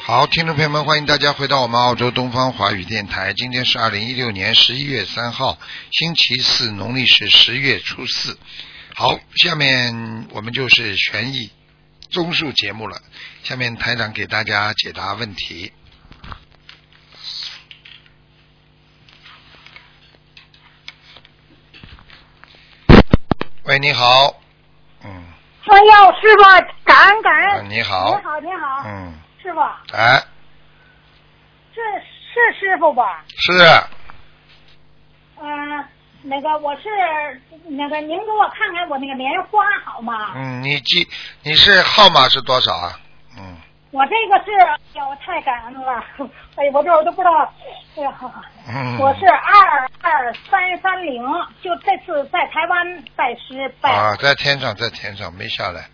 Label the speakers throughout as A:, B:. A: 好，听众朋友们，欢迎大家回到我们澳洲东方华语电台。今天是二零一六年十一月三号，星期四，农历是十月初四。好，下面我们就是悬疑综述节目了。下面台长给大家解答问题。喂，你好，嗯，
B: 哎呦，师傅，感恩感
A: 啊
B: 恩。
A: 你好
B: 你，好，你好，
A: 嗯，
B: 师傅，
A: 哎，
B: 这是师傅吧？
A: 是，
B: 嗯、那个我是那个，您给我看看我那个莲花好吗？
A: 嗯，你记你是号码是多少啊？嗯，
B: 我这个是，哎呦，太感恩了，哎呦，我这我都不知道，哎呀，
A: 嗯
B: 我是二二三三零，就这次在台湾拜师拜、
A: 啊，在天上，在天上，没下来。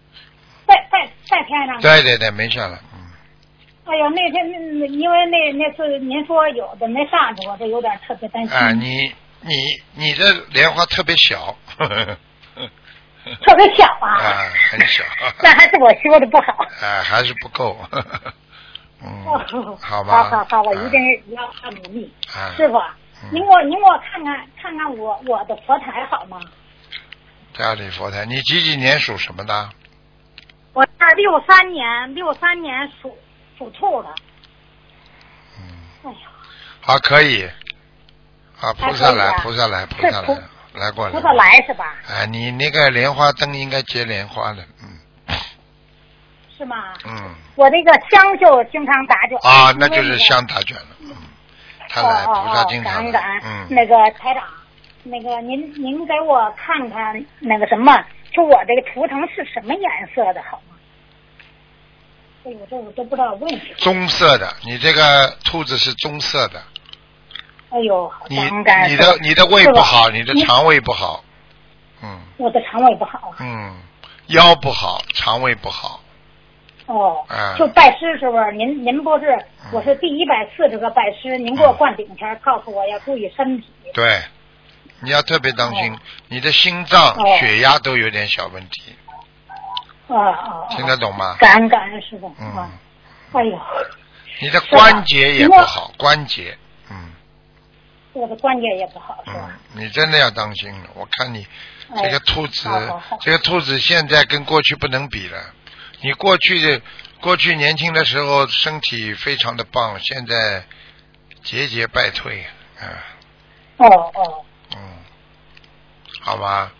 B: 拜拜拜天上去。
A: 对对对，没下来。嗯，
B: 哎呦，那天嗯因为那那次您说有的没上去，我这有点特别担心。
A: 啊，你你你的莲花特别小，
B: 啊特别小
A: 啊，很小，
B: 那还是我说的不好。
A: 啊，还是不够。 嗯，好吧。
B: 哦
A: 嗯
B: 好好好，我一定要努力。
A: 啊。
B: 师
A: 啊，
B: 傅，您给我您给我看看看看我我的佛台好吗？
A: 家里佛台，你几几年属什么的？
B: 我是六三年六三年属属兔的。
A: 嗯，
B: 哎呀，
A: 好，可以。啊，菩萨来，
B: 还可以啊
A: 菩萨来，菩萨
B: 是菩
A: 来，来过来。
B: 菩萨来是吧？
A: 啊，你那个莲花灯应该结莲花的，嗯
B: 是吗？
A: 嗯，
B: 我那个香就经常打卷
A: 啊，那就是。香打卷了，嗯，他
B: 因为
A: 来
B: 那个嗯哦
A: 菩萨
B: 哦
A: 经
B: 哦，感
A: 常来
B: 恩感恩。
A: 嗯，
B: 那个台长，那个您您给我看看那个什么，就我这个图腾是什么颜色的好吗？哎呦，这我都不知道问什么。
A: 棕色的，你这个兔子是棕色的，
B: 哎呦，
A: 你
B: 感恩感恩
A: 你的你的胃不好，
B: 是吧
A: 你的肠胃不好，嗯
B: 我的肠胃不好
A: 嗯，腰不好，肠胃不好，
B: 哦
A: 啊，
B: 就拜师时候，您您不是
A: 嗯
B: 我是第一百四十个拜师，您给我灌顶前告诉我要注意身体。
A: 对，你要特别当心，你的心脏、
B: 哦
A: 血压都有点小问题，
B: 啊啊
A: 听得
B: 啊！
A: 懂吗？
B: 感恩感恩师傅
A: 嗯
B: 啊！，哎呦，
A: 你的
B: 是吧
A: 关节也不
B: 那
A: 好，关节，嗯。
B: 我的关节也不好是
A: 嗯
B: 吧？，
A: 你真的要当心了。我看你
B: 哎
A: 嗯这个兔子
B: 好好好，
A: 这个兔子现在跟过去不能比了。你过去的过去年轻的时候身体非常的棒，现在节节败退啊，
B: 哦哦，
A: 嗯，好吧，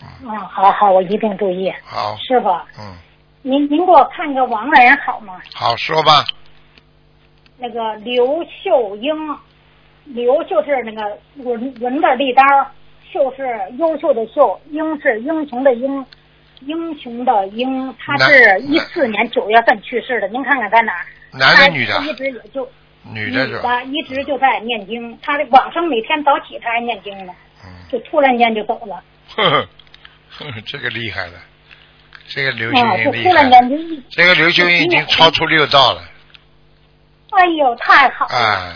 B: 嗯，好好，我一定注意。
A: 好，
B: 师傅，
A: 嗯，
B: 您您给我看个亡人好吗？
A: 好说吧，
B: 那个刘秀英，刘就是那个文文字立刀，秀是优秀的秀，英是英雄的英，英雄的英。他
A: 男
B: 是一四年九月份去世的，您看看在哪儿？
A: 男的女的
B: 他一直也就
A: 女的是吧？
B: 一直就在念经。他的晚上每天早起他还念经呢，
A: 嗯，
B: 就突然间就走了。
A: 呵呵，呵呵嗯 这个厉害了，这个刘秀
B: 啊，就
A: 英厉
B: 突
A: 害了，
B: 然间就一，
A: 这个刘秀英已经超出六道了
B: 哎呦，太好了！
A: 啊。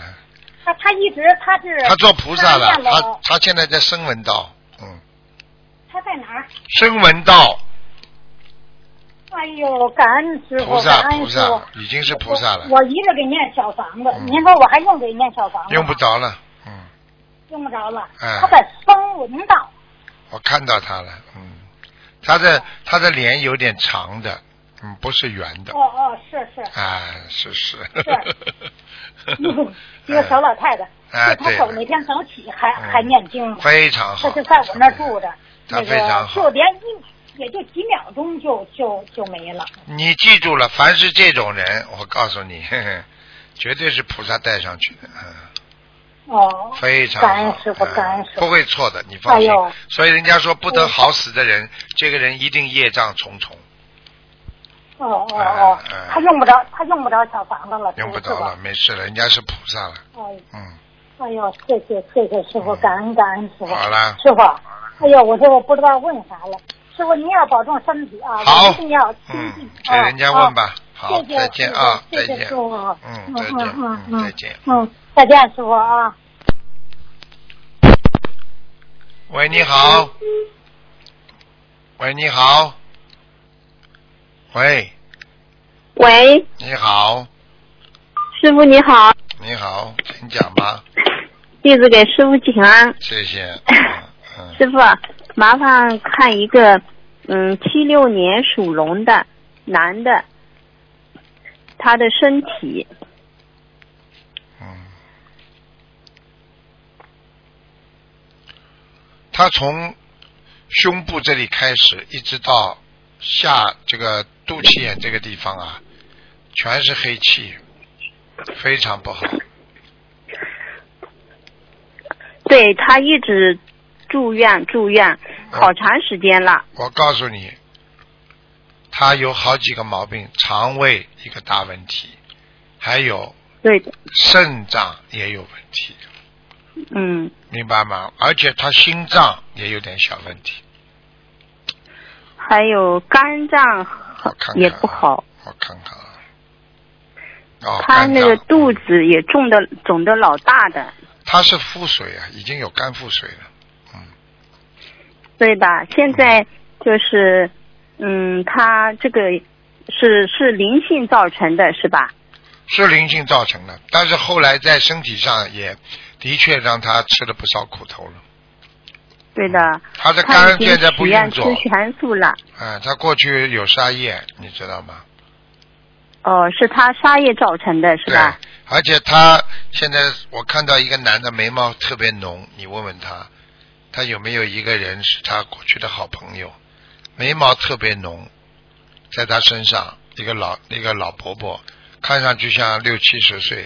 B: 他他一直他是
A: 他做菩萨了
B: 念，
A: 他他现在在声闻道，嗯，
B: 他在哪儿？
A: 声闻道
B: 哎呦，感恩师
A: 菩
B: 傅，
A: 萨
B: 感恩
A: 菩
B: 师傅
A: 萨，已经是菩萨了，
B: 我我一直给念小房子，
A: 嗯
B: 您说我还用给念小房子？
A: 用不，着了，嗯，
B: 用不着了。
A: 哎
B: 他在松文道，
A: 我看到他了，嗯，他的他的脸有点长的，嗯，不是圆的
B: 哦，哦，是 是，
A: 啊，是是，
B: 嗯一个小老太太，
A: 哎
B: 就她
A: 对
B: 走每天早起还
A: 嗯
B: 还念经，
A: 非常好，
B: 她
A: 嗯
B: 就在我那儿 住着，
A: 她
B: 那
A: 非常
B: 个
A: 好
B: 就连一也就几秒钟就就就没了。
A: 你记住了，凡是这种人，我告诉你， 呵呵绝对是菩萨带上去的，嗯。
B: 哦，
A: 非常好
B: 感恩师傅，
A: 嗯
B: 感恩师
A: 不
B: 傅。
A: 会错的，你放心
B: 哎呦。
A: 所以人家说不得好死的人，这个人一定业障重重，
B: 哦哦哦
A: 哎哎，
B: 他用不着，他用不着小房子了，
A: 用不
B: 哦是
A: 着了，
B: 吧。
A: 没事了，人家是菩萨了，
B: 哎
A: 嗯，
B: 哎呦，谢谢谢谢师傅，感恩感恩师傅。
A: 好了，
B: 师傅，哎呦，我这我不知道问啥了。师傅，您要保重身体啊，
A: 好
B: 我一定要亲近
A: 嗯，给人家问。吧，
B: 啊
A: 好，
B: 哦谢谢
A: 再见啊，
B: 谢
A: 再
B: 谢
A: 见
B: 师，傅啊，
A: 嗯，再见
B: 嗯，嗯
A: 嗯，再
B: 嗯
A: 见。
B: 嗯，再见，师傅啊。
A: 喂，你好，喂，你好，喂，
C: 喂，
A: 你好，
C: 师傅你好，
A: 你好，请讲吧，
C: 弟子给师傅请安。
A: 谢谢。嗯
C: 师傅，麻烦看一个，嗯，七六年属龙的男的，他的身体，
A: 嗯，他从胸部这里开始，一直到下这个肚脐眼这个地方啊，全是黑气，非常不好。
C: 对他一直住院住院，好长时间了。
A: 我告诉你，他有好几个毛病，肠胃一个大问题，还有
C: 对，
A: 肾脏也有问题，
C: 嗯，
A: 明白吗？而且他心脏也有点小问题，
C: 还有肝脏
A: 我看看啊
C: 也不好，
A: 我看看啊。哦，
C: 他那个
A: 肝脏
C: 肚子也肿的肿的老大的，
A: 他是腹水啊，已经有肝腹水了。嗯
C: 对吧？现在就是，嗯，他这个是是灵性造成的，是吧？
A: 是灵性造成的，但是后来在身体上也的确让他吃了不少苦头了。
C: 对的。
A: 他的
C: 他已
A: 肝
C: 经
A: 现在不
C: 许愿
A: 运
C: 吃
A: 作，
C: 全素了。
A: 啊，他过去有沙叶，你知道吗？
C: 哦，是他杀业造成的，是
A: 对
C: 吧？，
A: 而且他现在我看到一个男的眉毛特别浓，你问问他，他有没有一个人是他过去的好朋友，眉毛特别浓，在他身上一个老一个老婆婆，看上去像六七十岁，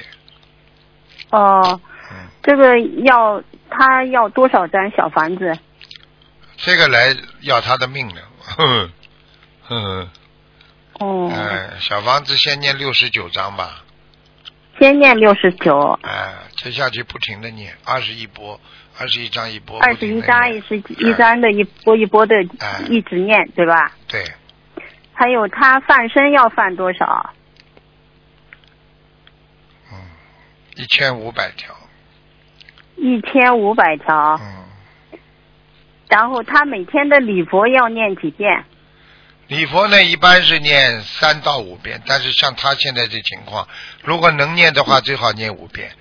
C: 哦，
A: 嗯，
C: 这个要他要多少张小房子？
A: 这个来要他的命了， 嗯哼哼，
C: 嗯哦，
A: 嗯、小房子先念六十九章吧，
C: 先念六十九，
A: 哎、接下去不停的念，二十一波，二十一章一波，
C: 二十一张也
A: 一，
C: 是一张的一波一波的
A: 哎
C: 一直念，对吧？
A: 对，
C: 还有他放生要放多少？
A: 一千五百条，
C: 一千五百条。
A: 嗯，
C: 然后他每天的礼佛要念几遍？
A: 礼佛呢一般是念三到五遍，但是像他现在这情况，如果能念的话，最好念五遍，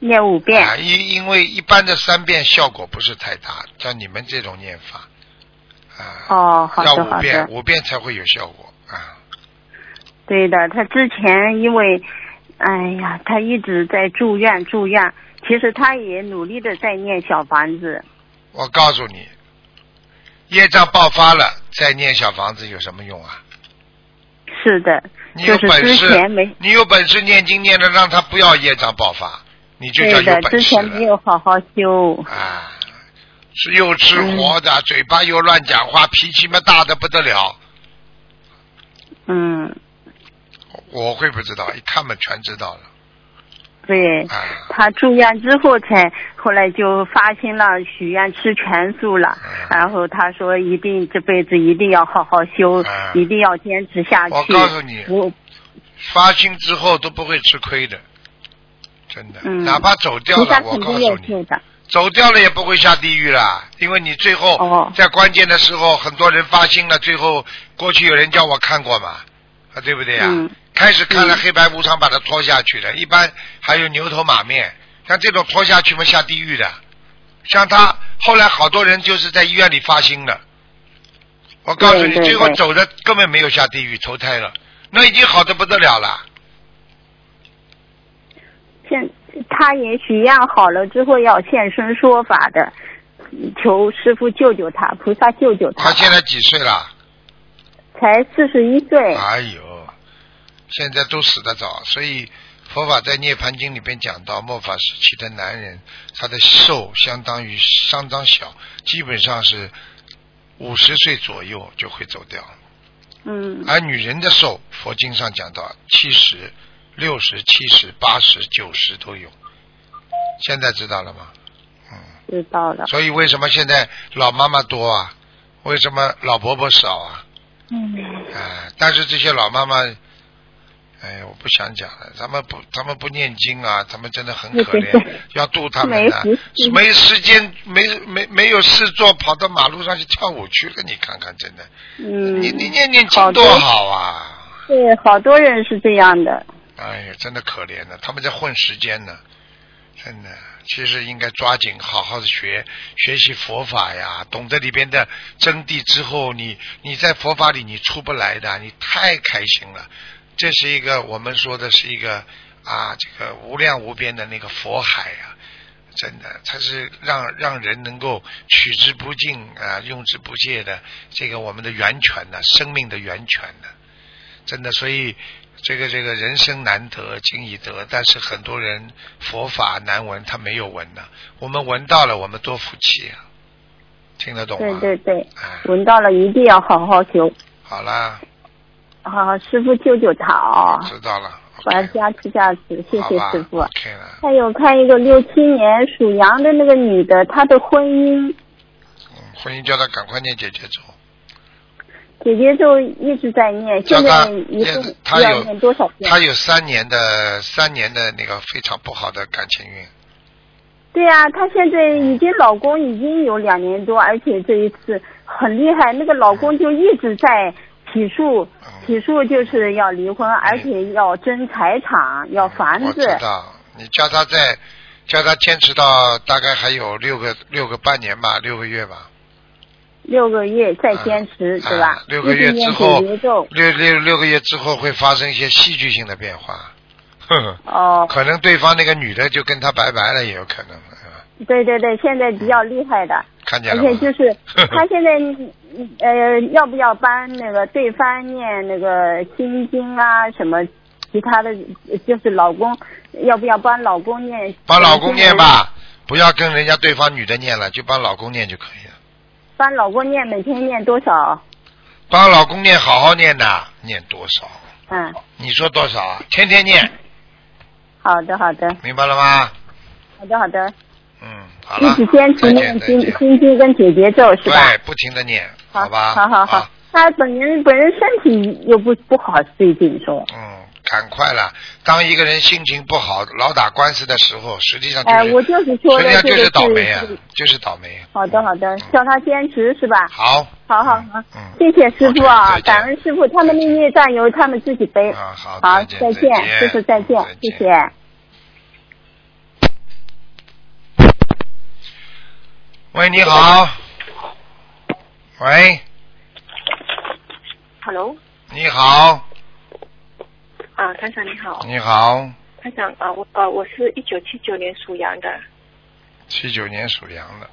C: 念五遍。
A: 啊，因因为一般的三遍效果不是太大，像你们这种念法，啊，
C: 哦，好
A: 要
C: 的
A: 五
C: 好
A: 遍，
C: 的，
A: 五遍才会有效果啊。
C: 对的。他之前因为，哎呀，他一直在住院住院。其实他也努力的在念小房子。
A: 我告诉你，业障爆发了，再念小房子有什么用啊？
C: 是的，
A: 你有
C: 就是
A: 本
C: 之前
A: 事
C: 没，
A: 你有本事念经念的，让他不要业障爆发，你就叫
C: 对的
A: 有，
C: 之
A: 本事
C: 前没
A: 了
C: 有好好修。
A: 啊！是又吃活的，嘴巴又乱讲话，脾气嘛大的不得了。
C: 嗯，
A: 我会不知道，一看嘛全知道了
C: 对。
A: 啊！
C: 他住院之后才，后来就发心了，许愿吃全素
A: 嗯
C: 了。然后他说，一定这辈子一定要好好修，
A: 嗯
C: 一定要坚持下去。
A: 我告诉你
C: 不，
A: 发心之后都不会吃亏的，真的。
C: 嗯
A: 哪怕走掉
C: 菩萨
A: 了，我
C: 肯
A: 告
C: 定有
A: 诉你，
C: 救的。
A: 走掉了也不会下地狱啦，因为你最后、
C: 哦
A: 在关键的时候，很多人发心了，最后过去有人叫我看过嘛，啊，对不对啊？
C: 嗯
A: 开始看了
C: 嗯
A: 黑白无常把他拖下去的，一般还有牛头马面，像这种拖下去嘛下地狱的，像他后来好多人就是在医院里发心的，我告诉你，
C: 对对
A: 最后
C: 对
A: 走的根本没有下地狱，投胎了，那已经好的不得了了。
C: 啊现他也许愿好了之后要现身说法的，求师傅救救他，菩萨救救他
A: 他
C: 吧。
A: 现在几岁了？
C: 才四十一岁。
A: 哎呦，现在都死得早，所以佛法在《涅盘经》里边讲到，末法时期的男人，他的寿相当于相当小，基本上是五十岁左右就会走掉。
C: 嗯，
A: 而女人的寿，佛经上讲到七十、六十、七十、八十、九十都有。现在知道了吗？
C: 知道了。
A: 所以为什么现在老妈妈多啊？为什么老婆婆少啊？
C: 嗯，
A: 哎，但是这些老妈妈，哎呀，我不想讲了，他们不，他们不念经啊，他们真的很可
C: 对对
A: 怜
C: 对，
A: 要度他们
C: 没
A: 呢
C: 时，间
A: 没时间，没没没有事做，跑到马路上去跳舞去了，你看看，真的，
C: 嗯，
A: 你你念念
C: 好
A: 经
C: 多
A: 多好啊！
C: 对，好多人是这样的。
A: 哎呀，真的可怜的，他们在混时间呢，真的。其实应该抓紧好好的学学习佛法呀，懂得里边的真谛之后，你你在佛法里你出不来的，你太开心了。这是一个我们说的是一个啊，这个无量无边的那个佛海啊，真的，它是让让人能够取之不尽啊，用之不竭的这个我们的源泉呢、生命的源泉呢、真的，所以这个这个人生难得今已得，但是很多人佛法难闻，他没有闻呢、我们闻到了，我们多福气啊！听得懂
C: 对
A: 吗？
C: 对对，
A: 哎，
C: 闻到了一定要好好修。
A: 好啦，
C: 好，师傅救救他啊、
A: 知道了。
C: 我要加持加持，谢谢师傅。
A: o k 了，
C: 还有看一个六七年属羊的那个女的，她的婚姻
A: 嗯，婚姻叫他赶快念姐姐咒，
C: 姐姐就一直在念，
A: 叫
C: 现
A: 她
C: 在一
A: 念
C: 共
A: 她
C: 要
A: 有
C: 念多少遍
A: 他？有三年的三年的那个非常不好的感情运，
C: 对啊，她现在已经老公已经有两年多，而且这一次很厉害，那个老公就一直在起诉，
A: 嗯，
C: 起诉就是要离婚，而且要争财产，要房
A: 嗯我
C: 子
A: 知。道，你叫他再叫他坚持到大概还有六个六个半年吧，六个月吧，
C: 六个月再坚持，
A: 啊
C: 对吧？
A: 六个月
C: 一直念
A: 之后
C: 解结咒
A: 六六六个月之后会发生一些戏剧性的变化，呵呵，
C: 哦，
A: 可能对方那个女的就跟他拜拜了，也有可能，嗯
C: 对对对，现在比较厉害的，
A: 看见
C: 而
A: 了
C: 且
A: 吗？
C: 就是 他现在呃，要不要帮那个对方念那个心经啊什么？其他的就是老公要不要帮老公念？啊
A: 帮老公念。吧，不要跟人家对方女的念了，就帮老公念就可以了。
C: 帮老公念，每天念多少？
A: 帮老公念，好好念呐，念多少？
C: 嗯，
A: 你说多少啊？天天念，
C: 好的，好的，
A: 明白了吗？
C: 好的，好的，
A: 嗯，好
C: 一
A: 了，
C: 直坚持
A: 再
C: 念
A: 见再
C: 心
A: 见。
C: 心经跟解结咒是吧？
A: 对，不停的念，
C: 好
A: 吧？
C: 好好好
A: 啊。。
C: 他本人本人身体又不不好，最近说。
A: 嗯，赶快了。当一个人心情不好、老打官司的时候，实际上就
C: 哎、
A: 是，
C: 我就是说
A: 实际
C: 了
A: 上
C: 这
A: 就
C: 个
A: 是
C: 事
A: 倒霉啊
C: 情，
A: 就是倒霉。
C: 好的好的
A: 嗯，
C: 叫他坚持是吧？
A: 好，
C: 好好
A: 嗯
C: 好
A: 嗯，
C: 谢谢师傅啊
A: OK，，再见
C: 感恩师傅，他们的业障由他们自己背。
A: 啊，好，
C: 好，
A: 见，
C: 再
A: 再
C: 见，师傅再见，谢谢。
A: 喂，你好。喂，
D: Hello，
A: 你好，
D: 啊，团长你好，
A: 你好，
D: 团长啊，我呃，我是一九七九年属羊的，
A: 七九年属羊的。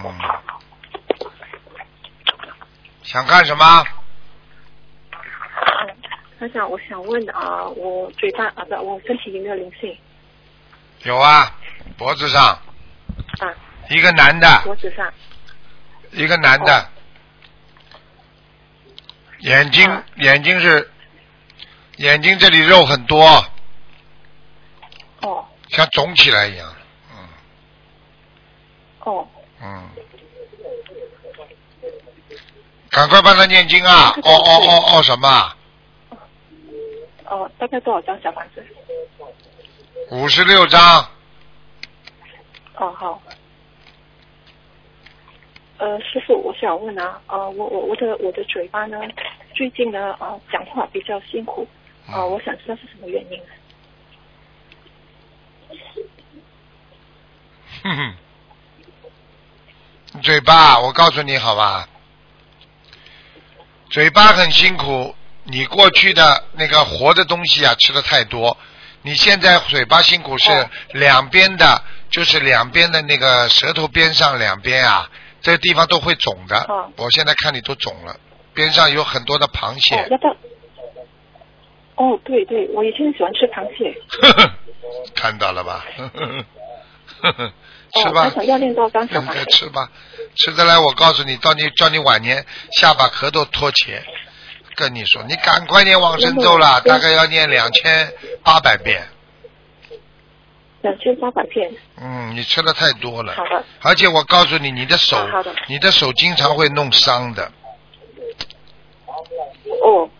A: 嗯。想干什么？
D: 嗯团长，我想问啊，我嘴巴啊不，我身体有没有灵性
A: 有啊，脖子上
D: 啊？
A: 一个男的，
D: 脖子上
A: 一个男的，眼睛、
D: 啊
A: 眼睛是眼睛这里肉很多，
D: 哦
A: 像肿起来一样。嗯
D: 哦，
A: 嗯，赶快帮他念经啊！哦哦哦哦什么啊？
D: 哦，大概多少张小房子？
A: 五十六章，
D: 哦好。呃，师傅，我想问啊，呃，我我我的我的嘴巴呢，最近呢啊、呃讲话比较辛苦，啊、
A: 嗯
D: 我想知道是什么原因。
A: 哼哼。你 嘴巴，我告诉你好吧，嘴巴很辛苦。你过去的那个活的东西啊，吃的太多。你现在嘴巴辛苦是
D: 哦
A: 两边的，就是两边的那个舌头边上两边啊，这个地方都会肿的。
D: 哦
A: 我现在看你都肿了，边上有很多的螃蟹。
D: 哦，要不要？哦，对对，我以前喜欢吃螃蟹，
A: 呵呵， 看到了吧？ 呵呵呵呵，吃
D: 哦，
A: 吧
D: 我，想要练 到张小
A: 应
D: 房
A: 该
D: 子。
A: 吃吧，吃得来。我告诉你，到你叫你晚年下巴壳都脱节。跟你说，你赶快念往生咒了，
D: 然后
A: 大概要念两千八百遍。
D: 两千八百片，
A: 嗯，你吃的太多了，
D: 好的，
A: 而且我告诉你，你的手
D: 好好的，
A: 你的手经常会弄伤的，
D: 哦，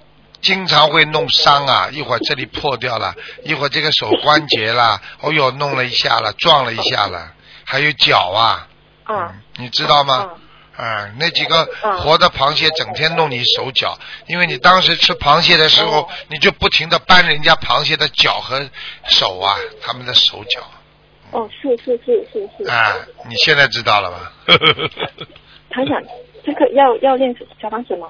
A: 经常会弄伤啊，一会儿这里破掉了，一会儿这个手关节啦，哦哟，弄了一下了，撞了一下了，还有脚啊，
D: 啊，
A: 嗯，你知道吗？
D: 啊，
A: 啊、那几个
D: 嗯
A: 活的螃蟹整天弄你手脚，因为你当时吃螃蟹的时候，
D: 嗯
A: 你就不停的扳人家螃蟹的脚和手啊，他们的手脚
D: 哦，是是是是是。
A: 啊，你现在知道了吧？
D: 台长，这个要要练小房子吗？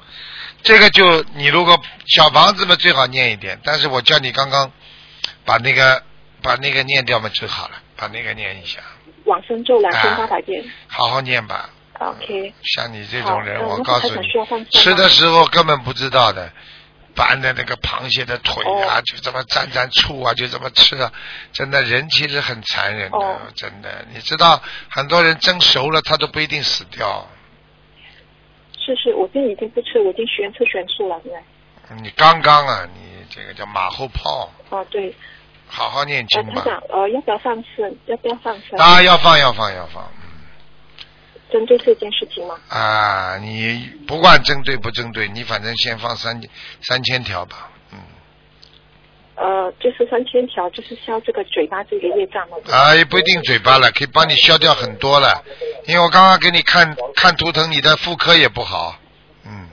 A: 这个就你如果小房子嘛最好念一点，但是我叫你刚刚把那个把那个念掉嘛就好了，把那个念一下，
D: 往生
A: 啊
D: 咒两千八百遍。
A: 好好念吧。
D: OK，
A: 像你嗯这种人，
D: 好
A: 我
D: 那
A: 告诉
D: 台长
A: 你
D: 需要放，生吗
A: 吃的时候根本不知道的，搬的那个螃蟹的腿啊，就这么蘸蘸醋啊，就这么吃啊，真的人其实很残忍的，
D: 哦
A: 真的。你知道很多人蒸熟了，他都不一定死掉。
D: 是是，我现在已经不吃，我已经全吃全素了，现在。
A: 你刚刚啊，你这个叫马后炮，
D: 哦，对，
A: 好好念
D: 呃，
A: 经
D: 台
A: 吧。
D: 长，呃，要不要上升？要不要上升？
A: 啊，要放要放要放
D: 针对这件事情吗？
A: 啊！你不管针对不针对，你反正先放三三千条吧。嗯，
D: 呃，就是三千条，就是消这个嘴巴这个业障嘛。
A: 啊，也不一定嘴巴了，可以帮你消掉很多了。因为我刚刚给你看看图腾，你的妇科也不好，嗯，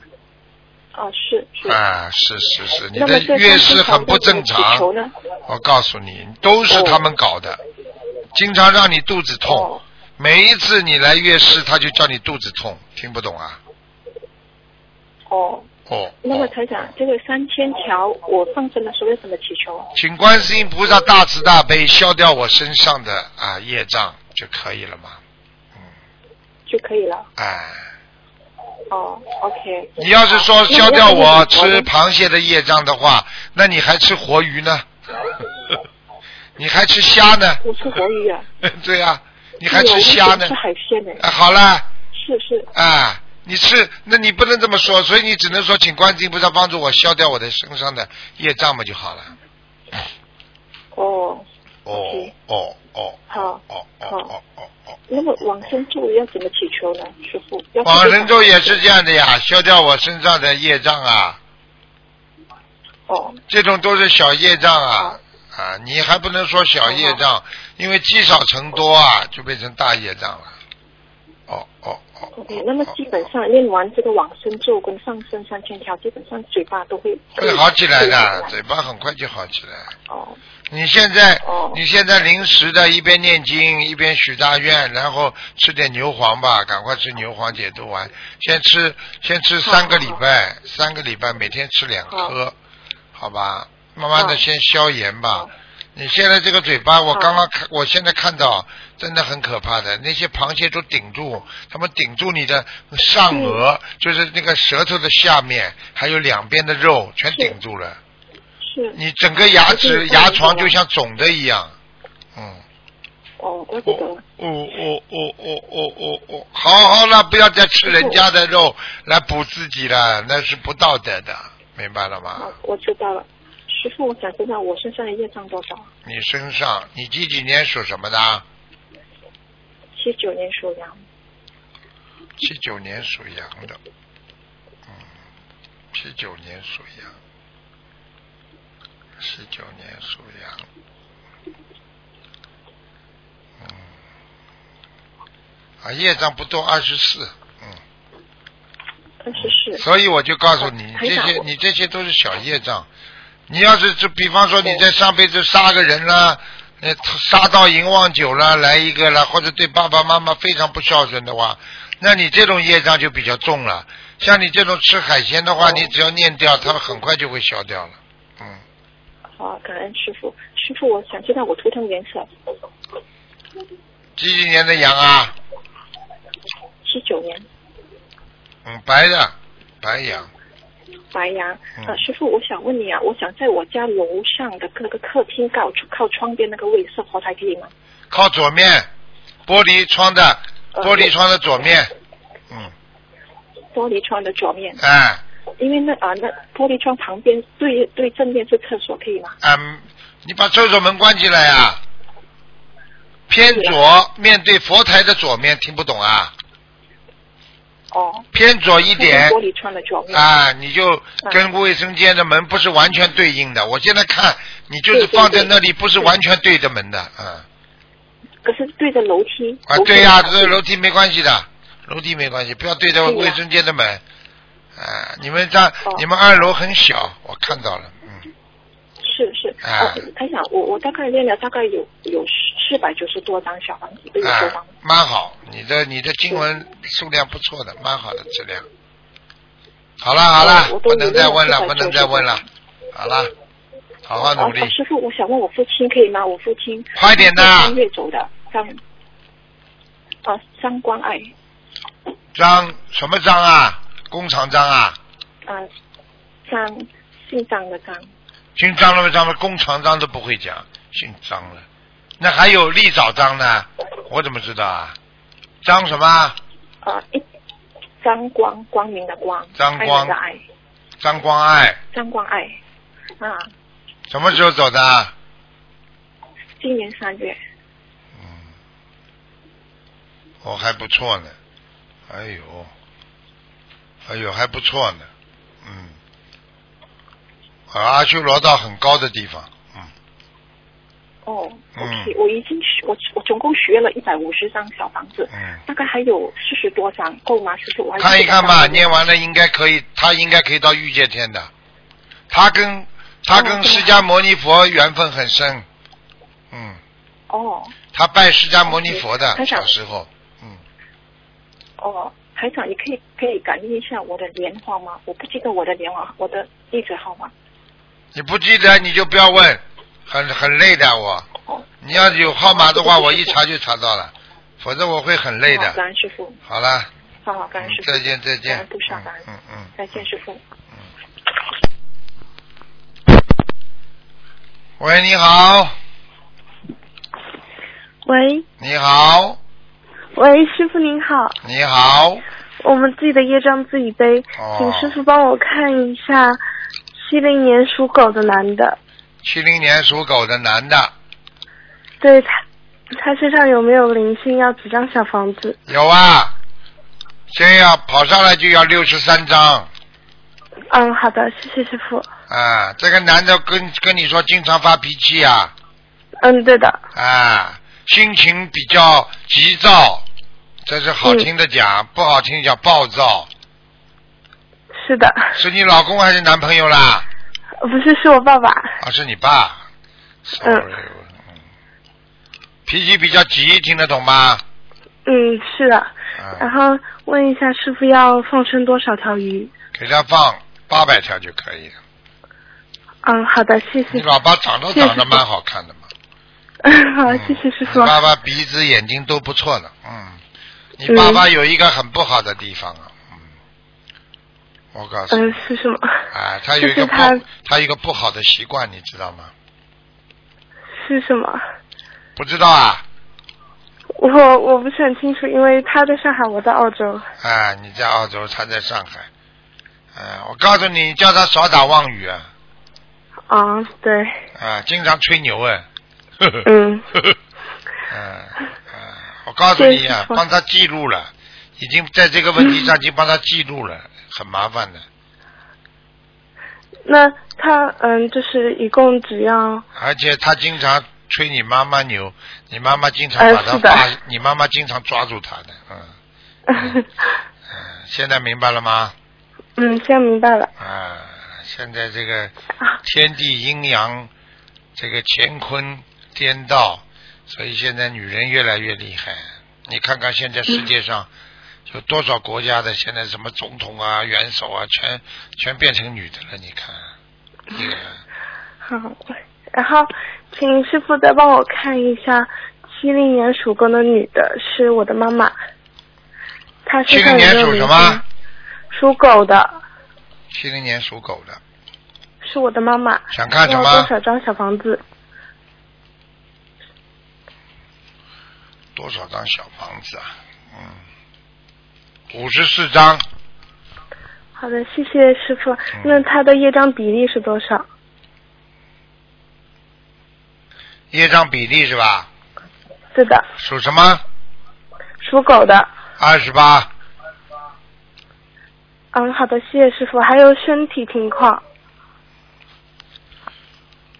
D: 啊、是是。
A: 啊，是是是，你
D: 那么
A: 的
D: 这
A: 月
D: 三
A: 事
D: 千
A: 很不正
D: 条的
A: 常
D: 祈。求呢？
A: 我告诉你，都是他们搞的，经常让你肚子痛
D: 哦。
A: 每一次你来月事，他就叫你肚子痛，听不懂啊？
D: 哦，
A: 哦，
D: 那么
A: 哦
D: 台长，这个三千条我放生的时候要怎么祈求？
A: 请观世音菩萨大慈大悲，消掉我身上的啊业障就可以了嘛。
D: 就可以了。
A: 哎，
D: 哦，OK。
A: 你要是说消掉我
D: 好那
A: 吃
D: 要不要
A: 螃蟹的业障的话，那你还吃活鱼 呢？你还吃虾 呢？
D: 我吃活鱼啊，
A: 对呀、你还吃虾呢
D: 吃？海鲜呢？
A: 啊，好了，
D: 是是，
A: 啊，你吃，那你不能这么说，所以你只能说，请观世音菩萨帮助我消掉我的身上的业障嘛就好了。
D: 哦，
A: 哦
D: OK
A: 哦哦
D: 好。
A: 哦哦
D: 好
A: 哦哦哦。
D: 那么往生咒要怎么祈求呢，师傅？要
A: 往生咒也是这样的呀，消掉我身上的业障啊，
D: 哦，
A: 这种都是小业障啊啊，你还不能说小业障，因为积少成多啊，就变成大业障了。哦哦哦
D: OK，那么基本上练完这个往生咒跟上升三千条，基本上嘴巴都会
A: 会好起来的，
D: 会
A: 嘴巴很快就好起来。
D: 哦
A: 你现在
D: 哦，
A: 你现在临时的，一边念经一边许大愿，然后吃点牛黄吧，赶快吃牛黄解毒丸，先吃先吃三个礼拜，三个礼拜每天吃两颗，好吧，慢慢的
D: 好
A: 先消炎吧
D: 好。
A: 你现在这个嘴巴，我
D: 好
A: 刚刚看，我现在看到真的很可怕的，那些螃蟹都顶住，它们顶住你的上
D: 嗯
A: 颚，就是那个舌头的下面，还有两边的肉全
D: 是
A: 顶住了。
D: 是
A: 你整个牙齿
D: 我这里
A: 牙床就像肿的一样，嗯，
D: 哦，怪不
A: 我
D: 得
A: 我我我我我我我，好好了，不要再吃人家的肉来补自己了，那是不道德的，明白了吗
D: 啊？，我知道了。师傅，我想知道我身上的业障多少？
A: 你身上，你几几年属什么的？
D: 七九年属羊，
A: 七九年属羊的，嗯，七九年属羊，七九年属羊，嗯，啊，业障不多，二十四，嗯，
D: 二十四。
A: 所以我就告诉你，
D: 台
A: 这
D: 长
A: 些
D: 我
A: 你这些都是小业障，你要是就比方说你在上辈子杀个人啦。呃，杀到淫忘酒了，来一个了，或者对爸爸妈妈非常不孝顺的话，那你这种业障就比较重了。像你这种吃海鲜的话，
D: 哦
A: 你只要念掉，它很快就会消掉了。嗯，
D: 好，感恩师傅。师傅，我想知道我图腾颜色。
A: 几几年的羊啊？
D: 七九年
A: 嗯，白的，白羊。
D: 白羊。
A: 嗯
D: 呃，师傅，我想问你啊，我想在我家楼上的那个客厅靠靠窗边那个位设佛台可以吗？
A: 靠左面，玻璃窗的，
D: 呃
A: 玻璃窗的左面。嗯，
D: 玻璃窗的左面。
A: 哎，
D: 因为那啊、那玻璃窗旁边对对正面是厕所，可以吗？
A: 嗯，你把厕所门关起来啊。偏左，面对佛台的左面，听不懂啊？
D: 哦，
A: 偏左一点
D: 那，是玻璃窗的左面。
A: 啊，你就跟卫生间的门不是完全对应的。我现在看你就是放在那里，不是完全对着门的，嗯，
D: 可是对着楼梯。
A: 啊，
D: 楼梯
A: 对呀、
D: 上
A: 这楼梯没关系的，楼梯没关系，不要对着卫生间的门。啊，你们家、你们二楼很小，我看到了，嗯，
D: 是是，
A: 啊
D: 呃，台长，我我大概练了大概有有四百九十多张小房子，六十多
A: 啊
D: 张，，
A: 蛮好，你的你的经文数量不错的，蛮好的质量。好了好了
D: 我，都
A: 不能再问了，
D: 有
A: 不能再问了，好了，好好努力
D: 啊啊。师傅，我想问我父亲可以吗？我父亲
A: 快点呐
D: 三月走的张，啊，张关爱
A: 张什么张啊？工厂张啊？
D: 啊，张姓张的张，
A: 姓张了吗？张了，工厂张都不会讲，姓张了。那还有立早张呢？我怎么知道啊？张什么？
D: 啊，一张光光明的光，
A: 张
D: 爱
A: 光
D: 人的爱，
A: 张光爱
D: 张光爱啊，
A: 什么时候走的啊？
D: 今年三月
A: 哦，还不错呢。哎呦，哎呦，还不错呢。嗯，啊阿修罗道很高的地方。嗯，
D: 哦
A: 嗯
D: ，OK，我已经许我我总共许愿了一百五十张小房子，
A: 嗯
D: 大概还有四十多张，够吗？师傅，我还
A: 看一看吧，念
D: 完
A: 完了应该可以，他应该可以到欲界天的。他跟他跟
D: 哦
A: 释迦牟尼佛缘分很深。嗯，
D: 哦
A: 他拜释迦牟尼佛的
D: 台
A: 小
D: 长
A: 时候。嗯，
D: 哦，台长，你可以可以感应一下我的莲花吗？我不记得我的莲花，我的地址号码。
A: 你不记得你就不要问，很很累的我。
D: 哦，
A: 你要有号码的话，
D: 哦
A: 我一查就查到了，否则我会很累
D: 好感
A: 的。
D: 恩师傅，
A: 好了。
D: 好好，感恩师
A: 嗯
D: 傅，
A: 再见再见
D: 感恩菩萨，
A: 嗯
D: 感恩，
A: 嗯嗯
D: 再见师傅。
A: 喂，你好，
E: 喂
A: 你好，
E: 喂，师傅您好，
A: 你好，
E: 我们自己的业障自己背，
A: 哦
E: 请师傅帮我看一下，七零年属狗的男的，
A: 七零年属狗的男的，
E: 对他，他身上有没有灵性？要几张小房子？
A: 有啊，先要跑上来就要六十三张
E: 嗯，好的，谢谢师傅。
A: 啊。这个男的跟跟你说经常发脾气啊
E: 嗯，对的，
A: 啊，心情比较急躁，这是好听的讲，不好听叫暴躁。
E: 是的，
A: 是你老公还是男朋友啦？
E: 不是是我爸爸，
A: 啊，是你爸。Sorry，我嗯脾气比较急，听得懂吗？
E: 嗯，是的。然
A: 啊，
E: 后问一下师傅要放生多少条鱼？
A: 给他放八百条就可以了。
E: 嗯，好的，谢谢
A: 你。老爸长得
E: 谢谢
A: 长得蛮好看的嘛。
E: 好，
A: 嗯
E: 谢谢师傅
A: 你。爸爸鼻子眼睛都不错的，嗯。你爸爸有一个很不好的地方啊，嗯。我告诉你，
E: 嗯，是什么？
A: 啊，他有一个
E: 就是
A: 不
E: 他，
A: 他有一个不好的习惯，你知道吗？
E: 是什么？
A: 不知道啊，
E: 我我不是很清楚，因为他在上海，我在澳洲。
A: 啊，你在澳洲，他在上海，啊，我告诉你，叫他少打妄语啊，
E: 啊， 对，
A: 啊，经常吹牛哎、呵呵
E: 嗯
A: 呵呵，嗯嗯，我告诉你
E: 谢谢
A: 啊
E: 师，傅
A: 帮他记录了，已经在这个问题上已经帮他记录了，很麻烦的
E: 那他嗯，就是一共只要
A: 而且他经常吹你妈妈牛，你妈妈经常
E: 呃
A: 把他
E: 是的
A: 发，你妈妈经常抓住他的，嗯嗯，现在明白了吗？
E: 嗯，现在明白了
A: 啊，现在这个
E: 啊，
A: 天地阴阳，这个乾坤颠倒，所以现在女人越来越厉害。你看看现在世界
E: 嗯
A: 上有多少国家的现在什么总统啊、元首啊，全全变成女的了。你看，
E: 嗯
A: 这个
E: 好。然后，请师傅再帮我看一下，七零年属狗的女的是我的妈妈，她身上有没有
A: 70年属什
E: 灵
A: 么
E: 性？属狗的，
A: 七零年属狗的，
E: 是我的妈妈。
A: 想看什
E: 要
A: 么
E: 多？少张小房子？
A: 多少张小房子啊？嗯，五十四张，
E: 好的，谢谢师傅。
A: 嗯
E: 那她的业障比例是多少？
A: 业障比例是吧？
E: 对的，
A: 属什么？
E: 属狗的。
A: 二十八，
E: 嗯，好的，谢谢师傅。还有身体情况，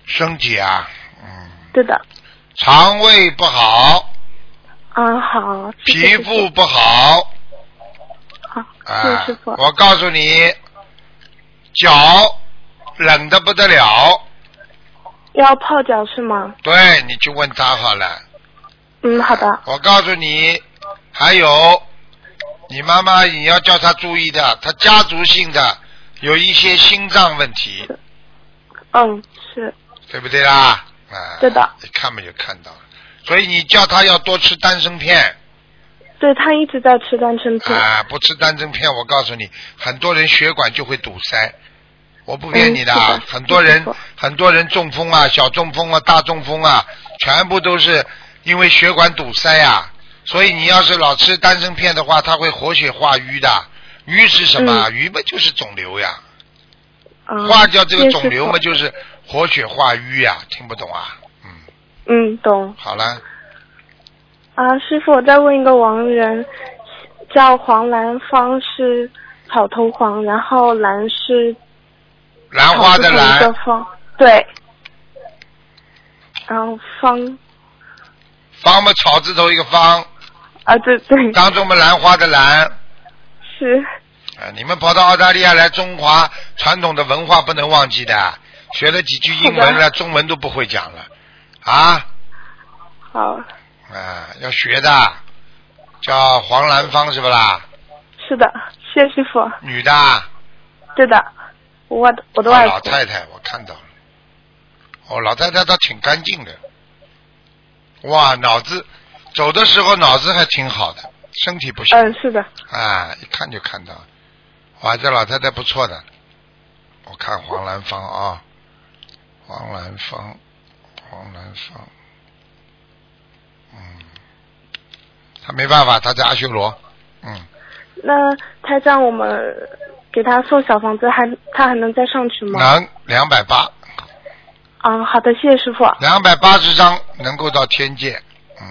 A: 身体啊，嗯，
E: 对的。
A: 肠胃不好，
E: 嗯，好。谢谢
A: 皮
E: 师
A: 肤不好，啊
E: 师，傅
A: 我告诉你，脚冷的不得了，
E: 要泡脚是吗？
A: 对你去问他好了。
E: 嗯，好的，
A: 我告诉你，还有，你妈妈你要叫她注意的，她家族性的有一些心脏问题，
E: 嗯，是
A: 对不对啦？啊，
E: 对的，
A: 一看嘛就看到了，所以你叫她要多吃丹参片
E: 对他一直在吃丹参片，
A: 啊，不吃丹参片，我告诉你，很多人血管就会堵塞。我不骗你的啊，
E: 嗯是的
A: 很多人
E: 没错
A: 很多人中风啊，小中风啊，大中风啊，全部都是因为血管堵塞啊。所以你要是老吃丹参片的话，它会活血化瘀的。瘀是什么啊？瘀嘛就是肿瘤呀，
E: 嗯，
A: 化掉这个肿瘤嘛
E: 嘛？
A: 就是活血化瘀呀，听不懂啊？嗯，
E: 嗯，懂
A: 好了，
E: 啊，师傅，我再问一个亡人，叫黄兰芳，是草头黄，然后兰是
A: 兰花的
E: 草字头一
A: 兰
E: 个，芳，对，然后芳
A: 方嘛草字头一个方，
E: 啊，对对
A: 当中嘛兰花的兰。
E: 是，
A: 啊，你们跑到澳大利亚来，中华传统的文化不能忘记的。啊学了几句英文
E: 是
A: 了，中文都不会讲了，啊
E: 好
A: 啊，要学的。叫黄兰芳是不啦？
E: 是的，谢谢师傅，
A: 女的啊，
E: 对的，我的我的
A: 啊
E: 外
A: 老
E: 婆，
A: 太太，我看到了。哦，老太太倒挺干净的，哇，脑子走的时候脑子还挺好的，身体不行、
E: 嗯，是的，
A: 啊，一看就看到了。哇，这老太太不错的，我看黄兰芳啊，黄兰芳，黄兰芳，嗯，他没办法，他在阿修罗，嗯，
E: 那他让我们给他送小房子，还他还能再上去吗？
A: 能两百八，
E: 嗯，好的，谢谢师傅，
A: 两百八十张能够到天界，嗯，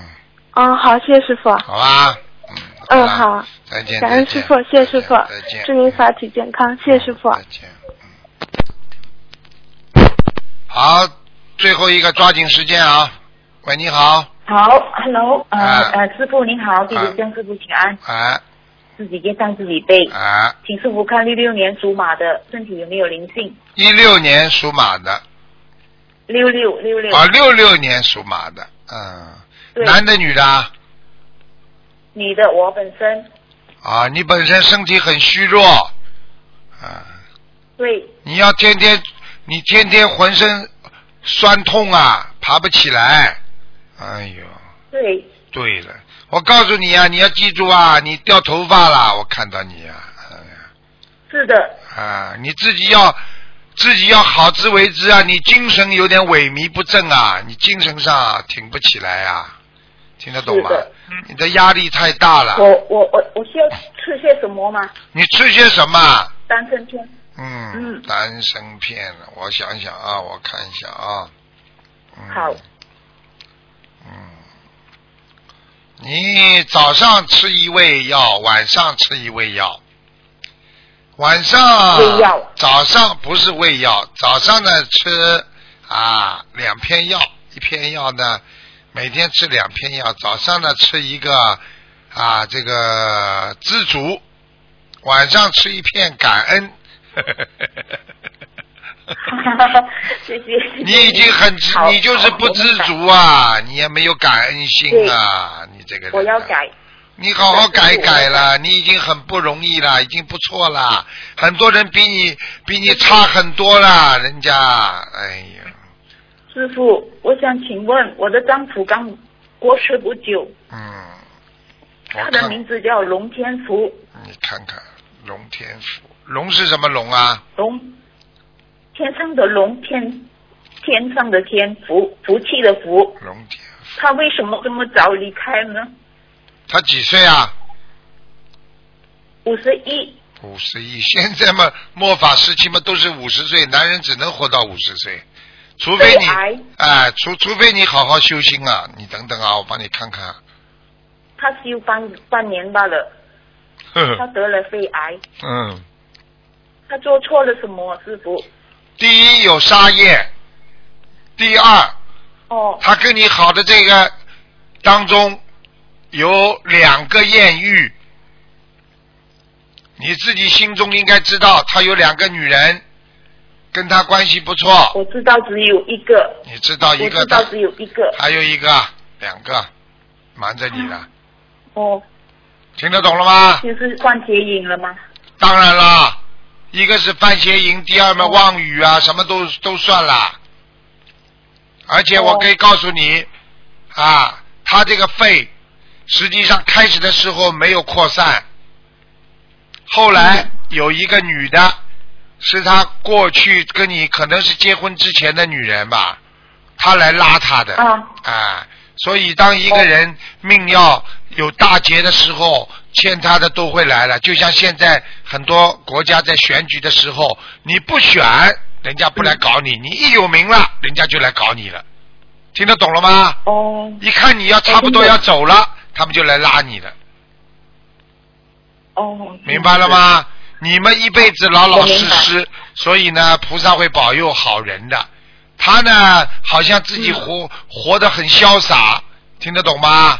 E: 嗯，好，谢谢师傅，
A: 好吧，嗯，吧，
E: 嗯，好，
A: 再见，
E: 感恩
A: 再
E: 师
A: 见
E: 傅，谢谢师傅
A: 再见，，嗯
E: 祝您法体健康，谢谢师傅，
A: 再见。嗯好，最后一个抓紧时间啊！喂，你好，
F: 好，Hello，呃、
A: 啊
F: 呃，师傅您好，弟
A: 啊
F: 子向师傅请安，
A: 哎
F: 自己接上自己背，
A: 哎，
F: 请师傅看六六年属马的身体有没有灵性？
A: 一六年属马的
F: 六六六六，
A: 啊，六六年属马的，嗯，
F: 对，
A: 男的女的啊
F: 女的，我本身
A: 啊，你本身身体很虚弱，啊，
F: 对，
A: 你要天天你天天浑身酸痛啊，爬不起来，哎呦，
F: 对，
A: 对了，我告诉你啊，你要记住啊，你掉头发啦，我看到你啊，哎呀。
F: 是的，
A: 啊，你自己要自己要好自为之啊！你精神有点萎靡不振啊，你精神上、啊、挺不起来啊，听得懂吗
F: 是的？
A: 你的压力太大
F: 我
A: 了。
F: 我我我需要吃些什么吗？
A: 你吃些什么？
F: 丹参片，
A: 嗯，
F: 嗯
A: 丹参片，我想想啊，我看一下啊。嗯、
F: 好。
A: 嗯，你早上吃一味药，晚上吃一味药。晚上
F: 胃药
A: 早上不是胃药，早上呢吃啊两片药，一片药呢每天吃两片药，早上呢吃一个啊这个知足，晚上吃一片感恩。
F: 谢谢。
A: 你已经很知
F: 好，
A: 你就是不知，足啊，你也没有感恩心啊，你这个啊人、
F: 好我明白我要。改，
A: 你好好改改
F: 我要
A: 了，你已经很不容易了，已经不错了。很多人比你比你差很多了，人家，哎呀，
F: 师傅，我想请问我的丈夫刚过世不久，
A: 嗯，
F: 他
A: 我
F: 的
A: 看
F: 名字叫龙天福，
A: 你看看龙天福，龙是什么龙啊？
F: 龙，天上的龙，天天上的天，福福气的福。
A: 龙天福，
F: 他为什么这么早离开呢？
A: 他几岁啊？
F: 五十一，
A: 五十一，现在嘛，末法时期嘛，都是五十岁，男人只能活到五十岁，除非
F: 肺
A: 你
F: 癌，
A: 哎，除除非你好好修心啊，你等等啊，我帮你看看，
F: 他休半半年罢了，
A: 呵
F: 他
A: 呵
F: 得了肺癌，
A: 嗯，
F: 他做错了什么，师傅？
A: 第一有杀业，第二
F: 哦，
A: 他跟你好的这个当中有两个艳遇，你自己心中应该知道，他有两个女人，跟他关系不错，
F: 我知道只有一个，
A: 你知道一
F: 我
A: 个
F: 知道
A: 的，
F: 只有一个。
A: 还有一个，啊两个，瞒着你了，
F: 哦，
A: 听得懂了吗？
F: 就是关节炎了吗？
A: 当然啦，一个是范闲营，第二嘛望雨啊，什么都都算啦。而且我可以告诉你，啊，他这个肺实际上开始的时候没有扩散，后来有一个女的，是他过去跟你可能是结婚之前的女人吧，她来拉他的。
F: 啊
A: 啊，所以当一个人命要有大劫的时候，欠他的都会来了。就像现在很多国家在选举的时候，你不选，人家不来搞你；你一有名了，人家就来搞你了。听得懂了吗？
F: 哦
A: 一看你要差不多要走了，他们就来拉你了，
F: 哦，
A: 明白了吗？你们一辈子老老实实，所以呢，菩萨会保佑好人的。他呢，好像自
F: 嗯
A: 己活、活得很潇洒，听得懂吗？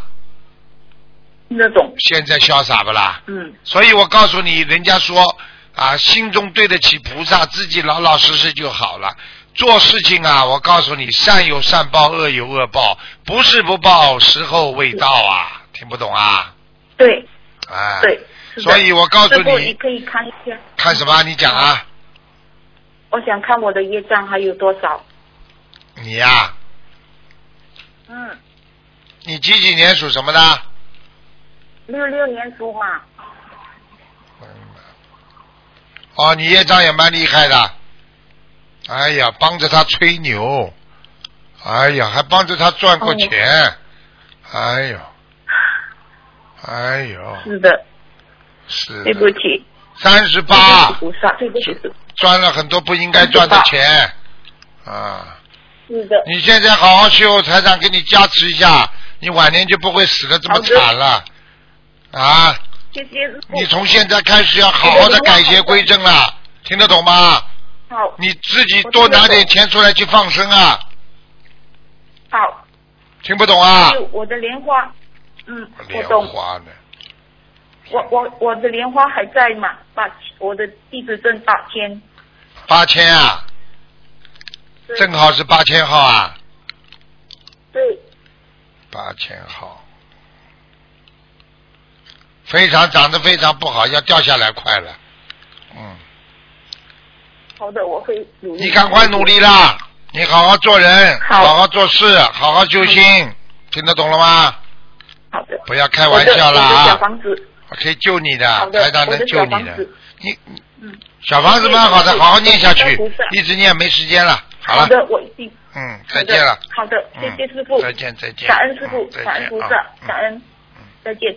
F: 听得懂？
A: 现在潇洒不啦？
F: 嗯，
A: 所以我告诉你，人家说啊，心中对得起菩萨，自己老老实实就好了。做事情啊，我告诉你，善有善报，恶有恶报，不是不报，时候未到啊！听不懂啊？
F: 对
A: 哎，
F: 对。是的
A: 所以我哎告诉
F: 师傅，你
A: 你，
F: 可以看一下，
A: 看什么？你讲啊，
F: 我想看我的业障还有多少。
A: 你呀、
F: 嗯，
A: 你几几年属什么的？
F: 六六年属马。
A: 哦，你业障也蛮厉害的。哎呀，帮着他吹牛，哎呀，还帮着他赚过钱，哎呦，哎呦，
F: 是的，
A: 是
F: 对不起，
A: 三
F: 对
A: 十八
F: 不起菩萨，对不起师父
A: 赚了很多不应该赚的钱啊！
F: 是的，
A: 你现在好好修，台长给你加持一下，你晚年就不会死的这么惨了啊！
F: 谢谢师
A: 你
F: 傅。
A: 从现在开始要好好的改邪归正了，听得懂吗？
F: 好，
A: 你自己多拿点钱出来去放生啊！
F: 好，
A: 听不懂啊
F: 还？有我的莲花，嗯，我
A: 莲
F: 懂，
A: 花呢？
F: 我我我的莲花还在嘛？八千，我的地址证八千，
A: 八千啊，
F: 对
A: 正好是八千号啊，
F: 对，
A: 八千号，非常长得非常不好，要掉下来快了。嗯，
F: 好的，我会努力。
A: 你赶快努力啦！你好好做人，
F: 好
A: 好好做事，好好修心，听得懂了吗？
F: 好的，
A: 不要开玩笑啦
F: 我的我的小
A: 啊！
F: 房子，
A: 我可以救你的
F: 好，的
A: 台长
F: 我
A: 能
F: 的
A: 救
F: 小
A: 你
F: 房
A: 的
F: 子。
A: 你
F: 嗯，
A: 小房子蛮好的，
F: 对
A: 好好念下
F: 我
A: 去
F: 知道菩萨，
A: 一直念没时间了。好
F: 好
A: 了，
F: 的，我一定。
A: 嗯，再见了。
F: 好的，好的
A: 嗯
F: 谢谢师傅。
A: 再见再见
F: 感恩师傅
A: 嗯再见，
F: 感恩菩萨
A: 啊，嗯
F: 感恩，再见。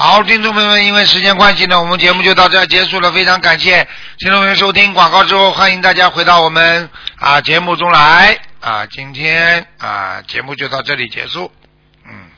A: 好，听众朋友们，因为时间关系呢，我们节目就到这儿结束了。非常感谢听众朋友收听广告之后，欢迎大家回到我们啊节目中来啊。今天啊节目就到这里结束，